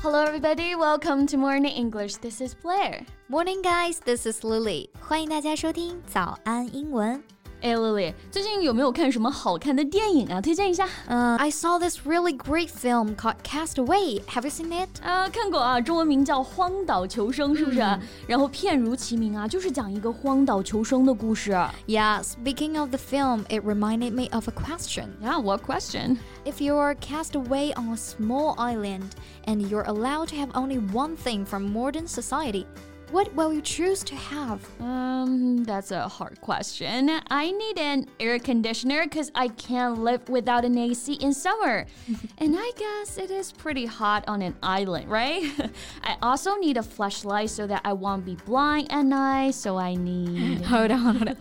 Hello, everybody. Welcome to Morning English. This is Blair. Morning, guys. This is Lily. 欢迎大家收听早安英文。哎，Lily，最近有没有看什么好看的电影啊？推荐一下。嗯、i saw this really great film called Castaway. Have you seen it? 啊，看过啊，中文名叫《荒岛求生》，是不是？然后片如其名啊，就是讲一个荒岛求生的故事。 Yeah. Speaking of the film, it reminded me of a question. Yeah, what question? If you're cast away on a small island and you're allowed to have only one thing from modern society, what will you choose to have? Um, that's a hard question. I need an air conditioner because I can't live without an AC in summer. and I guess it is pretty hot on an island, right? I also need a flashlight so that I won't be blind at night. So I need. Hold on, hold on.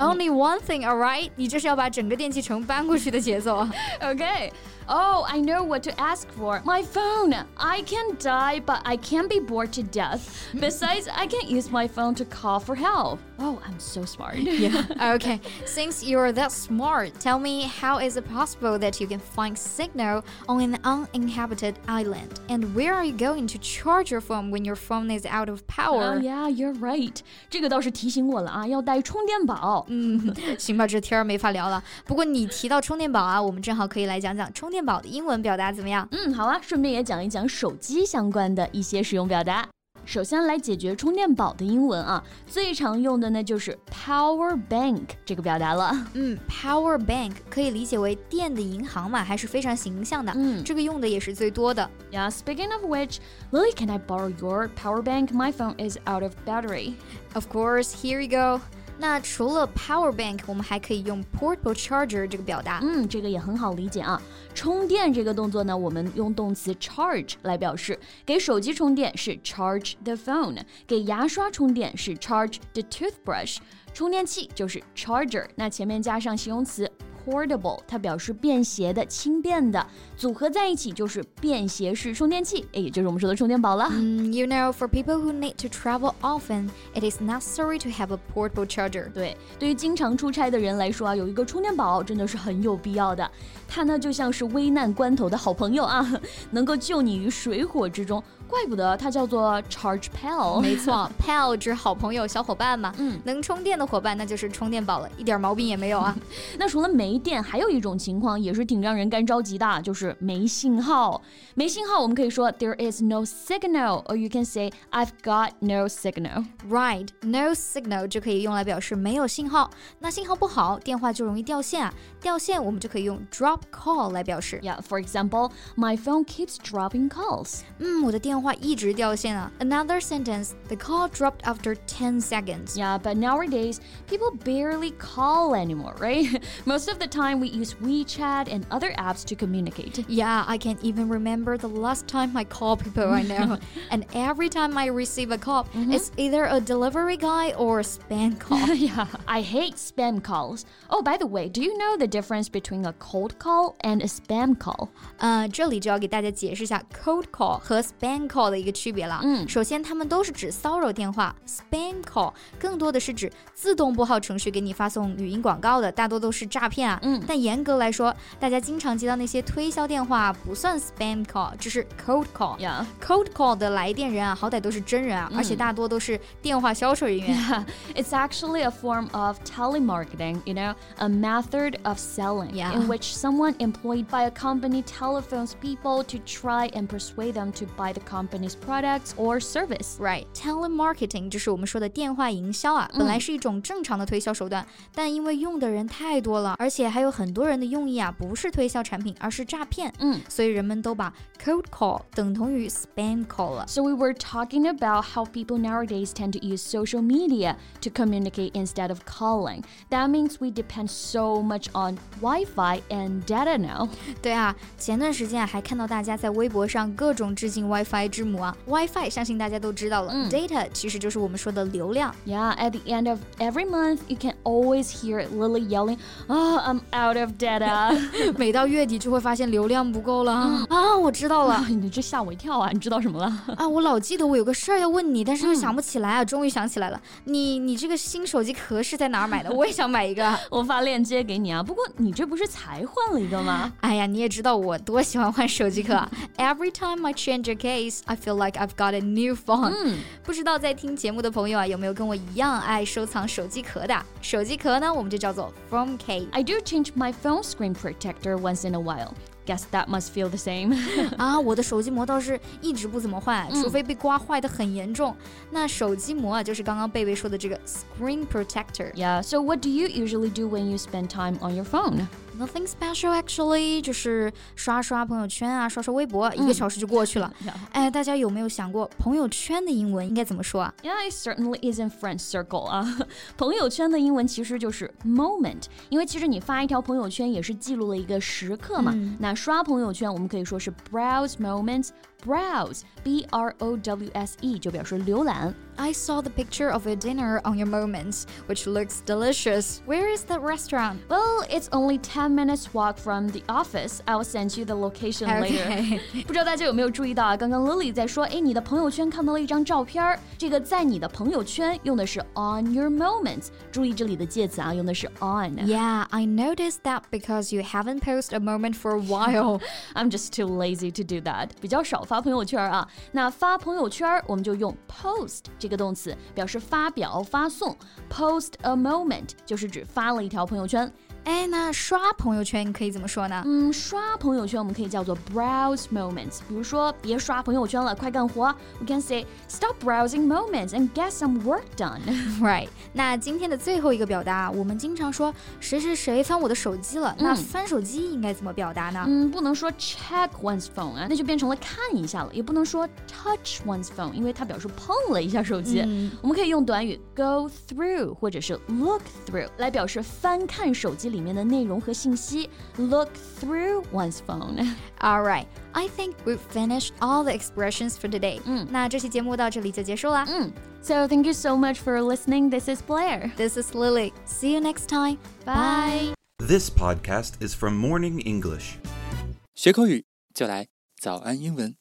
Only one thing, all right? 你这是要把整个电器城搬过去的节奏啊！ Okay. Oh, I know what to ask for. My phone. I can die, but I can't be bored to death. Besides, I can use my phone to call for help. Oh, I'm so smart. Yeah. okay, since you're that smart, tell me how is it possible that you can find signal on an uninhabited island? And where are you going to charge your phone when your phone is out of power? Oh, yeah, you're right. 这个倒是提醒我了啊，要带充电宝。 行吧，这天儿没法聊了。不过你提到充电宝啊，我们正好可以来讲讲充电宝的英文表达怎么样？嗯，好啊，顺便也讲一讲手机相关的一些使用表达。首先来解决充电宝的英文啊，最常用的呢就是 power bank 这个表达了。嗯，power bank 可以理解为电的银行嘛，还是非常形象的。嗯这个用的也是最多的。 Yeah, speaking of which, Lily, can I borrow your power bank? My phone is out of battery. Of course, here you go. 那除了 power bank，我们还可以用 portable charger 这个表达。嗯，这个也很好理解啊。充电这个动作呢，我们用动词 charge 来表示。给手机充电是 charge the phone，给牙刷充电是 charge the toothbrush，充电器就是 charger。那前面加上形容词 portable，它表示便携的、轻便的，组合在一起就是便携式充电器，哎，也就是我们说的充电宝了。 Mm, You know, for people who need to travel often, it is necessary to have a portable charger. 对，对于经常出差的人来说啊，有一个充电宝真的是很有必要的。它呢就像是危难关头的好朋友啊， 能够救你于水火之中。怪不得它叫做 Charge Pal。没错，pal 指好朋友、小伙伴嘛。 嗯，能充电的伙伴那就是充电宝了，一点毛病也没有啊。那除了没电，还有一种情况也是挺让人干着急的，就是没信号。没信号，我们可以说 There is no signal, or you can say I've got no signal。 right, no signal 就可以用来表示没有信号。那信号不好，电话就容易掉线啊。掉线我们就可以用 drop call 来表示。 Yeah, for example, my phone keeps dropping calls. 嗯，我的电话一直掉线啊。Another sentence, the call dropped after ten seconds. Yeah, but nowadays, people barely call anymore, right? Most of the time, we use WeChat and other apps to communicate. Yeah, I can even remember the last time I call people I know. and every time I receive a call, it's either a delivery guy or a spam call. yeah. I hate spam calls. Oh, by the way, do you know the difference between a cold call and a spam call? 呃，这里就要给大家解释一下 cold call 和 spam call 的一个区别了。嗯，首先它们都是指骚扰电话，spam call 更多的是指自动拨号程序给你发送语音广告的，大多都是诈骗啊。嗯，但严格来说，大家经常接到那些推销电话不算 spam call，只是 cold call。 Yeah. Cold call 的来电人啊，好歹都是真人啊，而且大多都是电话销售人员。 It's actually a form of telemarketing, you know, a method of selling Yeah. in which someone employed by a company telephones people to try and persuade them to buy the company's products or service. Right, telemarketing 就是我们说的电话营销啊，本来是一种正常的推销手段，但因为用的人太多了，而且还有很多人的用意啊，不是推销产品，而是诈骗。嗯，所以人们都把 cold call 等同于 spam call 了。 So we were talking about how people nowadays tend to use social media to communicate instead of calling. That means we depend so much on Wi-Fi and data now. 对啊，前段时间啊，还看到大家在微博上各种致敬 WiFi 之母啊，WiFi 相信大家都知道了、d a t a 其实就是我们说的流量。 Yeah, at the end of every month, you can always hear Lily yelling, "Oh, I'm out of data." 每到月底就会发现流量不够了啊！啊，我知道了你这吓我一跳啊！你知道什么了？ 啊，我老记得我有个事儿要问你，但是又想不起来啊，终于想起来了。你你这个新手机壳是在哪儿买的？我也想买一个。我发链接给你啊。不过你这不是才换了一个吗？哎呀，你也知道我多喜欢换手机壳啊。Every time I change a case, apps. I feel like I've got a new phone. 不知道在听节目的朋友啊，有没有跟我一样爱收藏手机壳的？啊手机壳呢，我们就叫做 phone case。 I do change my phone screen protector once in a while. Guess that must feel the same. 啊，我的手机膜倒是一直不怎么换，除非被刮坏的很严重。那手机膜啊，就是刚刚贝贝说的这个 screen protector。 yeah, so what do you usually do when you spend time on your phone? Nothing special actually，就是刷刷朋友圈啊，刷刷微博，一个小时就过去了。哎，大家有没有想过朋友圈的英文应该怎么说啊？ Yeah, it certainly isn't friend circle 啊。 朋友圈的英文其实就是 moment，因为其实你发一条朋友圈也是记录了一个时刻嘛。那刷朋友圈，我们可以说是 browse moments。Browse, b r o w s e，就表示浏览。 I saw the picture of your dinner on your moments, which looks delicious. Where is the restaurant? Well, it's only ten minutes walk from the office. I'll send you the location later. Okay. 不知道大家有没有注意到啊？刚刚 Lily 在说，哎，你的朋友圈看到了一张照片儿。这个在你的朋友圈用的是 on your moments，注意这里的介词啊，用的是 on。 Yeah, I noticed that because you haven't posted a moment for a while. I'm just too lazy to do that，比较少发朋友圈啊。那发朋友圈儿，我们就用 post 这个动词，表示发表、发送。Post a moment 就是指发了一条朋友圈。哎，那刷朋友圈可以怎么说呢？嗯，刷朋友圈我们可以叫做 browse moments。比如说，别刷朋友圈了，快干活。We can say stop browsing moments and get some work done。 Right，那今天的最后一个表达，我们经常说谁谁谁翻我的手机了，那翻手机应该怎么表达呢？嗯，不能说 check one's phone 啊，那就变成了看一下了。也不能说 touch one's phone，因为它表示碰了一下手机。我们可以用短语 go through 或者是 look through 来表示翻看手机里面的内容和信息。Look through one's phone。 All right, I think we've finished all the expressions for today。嗯，那这期节目到这里就结束啦。嗯 So thank you so much for listening. This is Blair. ，This is Lily. See you next time. Bye. This podcast is from Morning English. 学口语就来早安英文。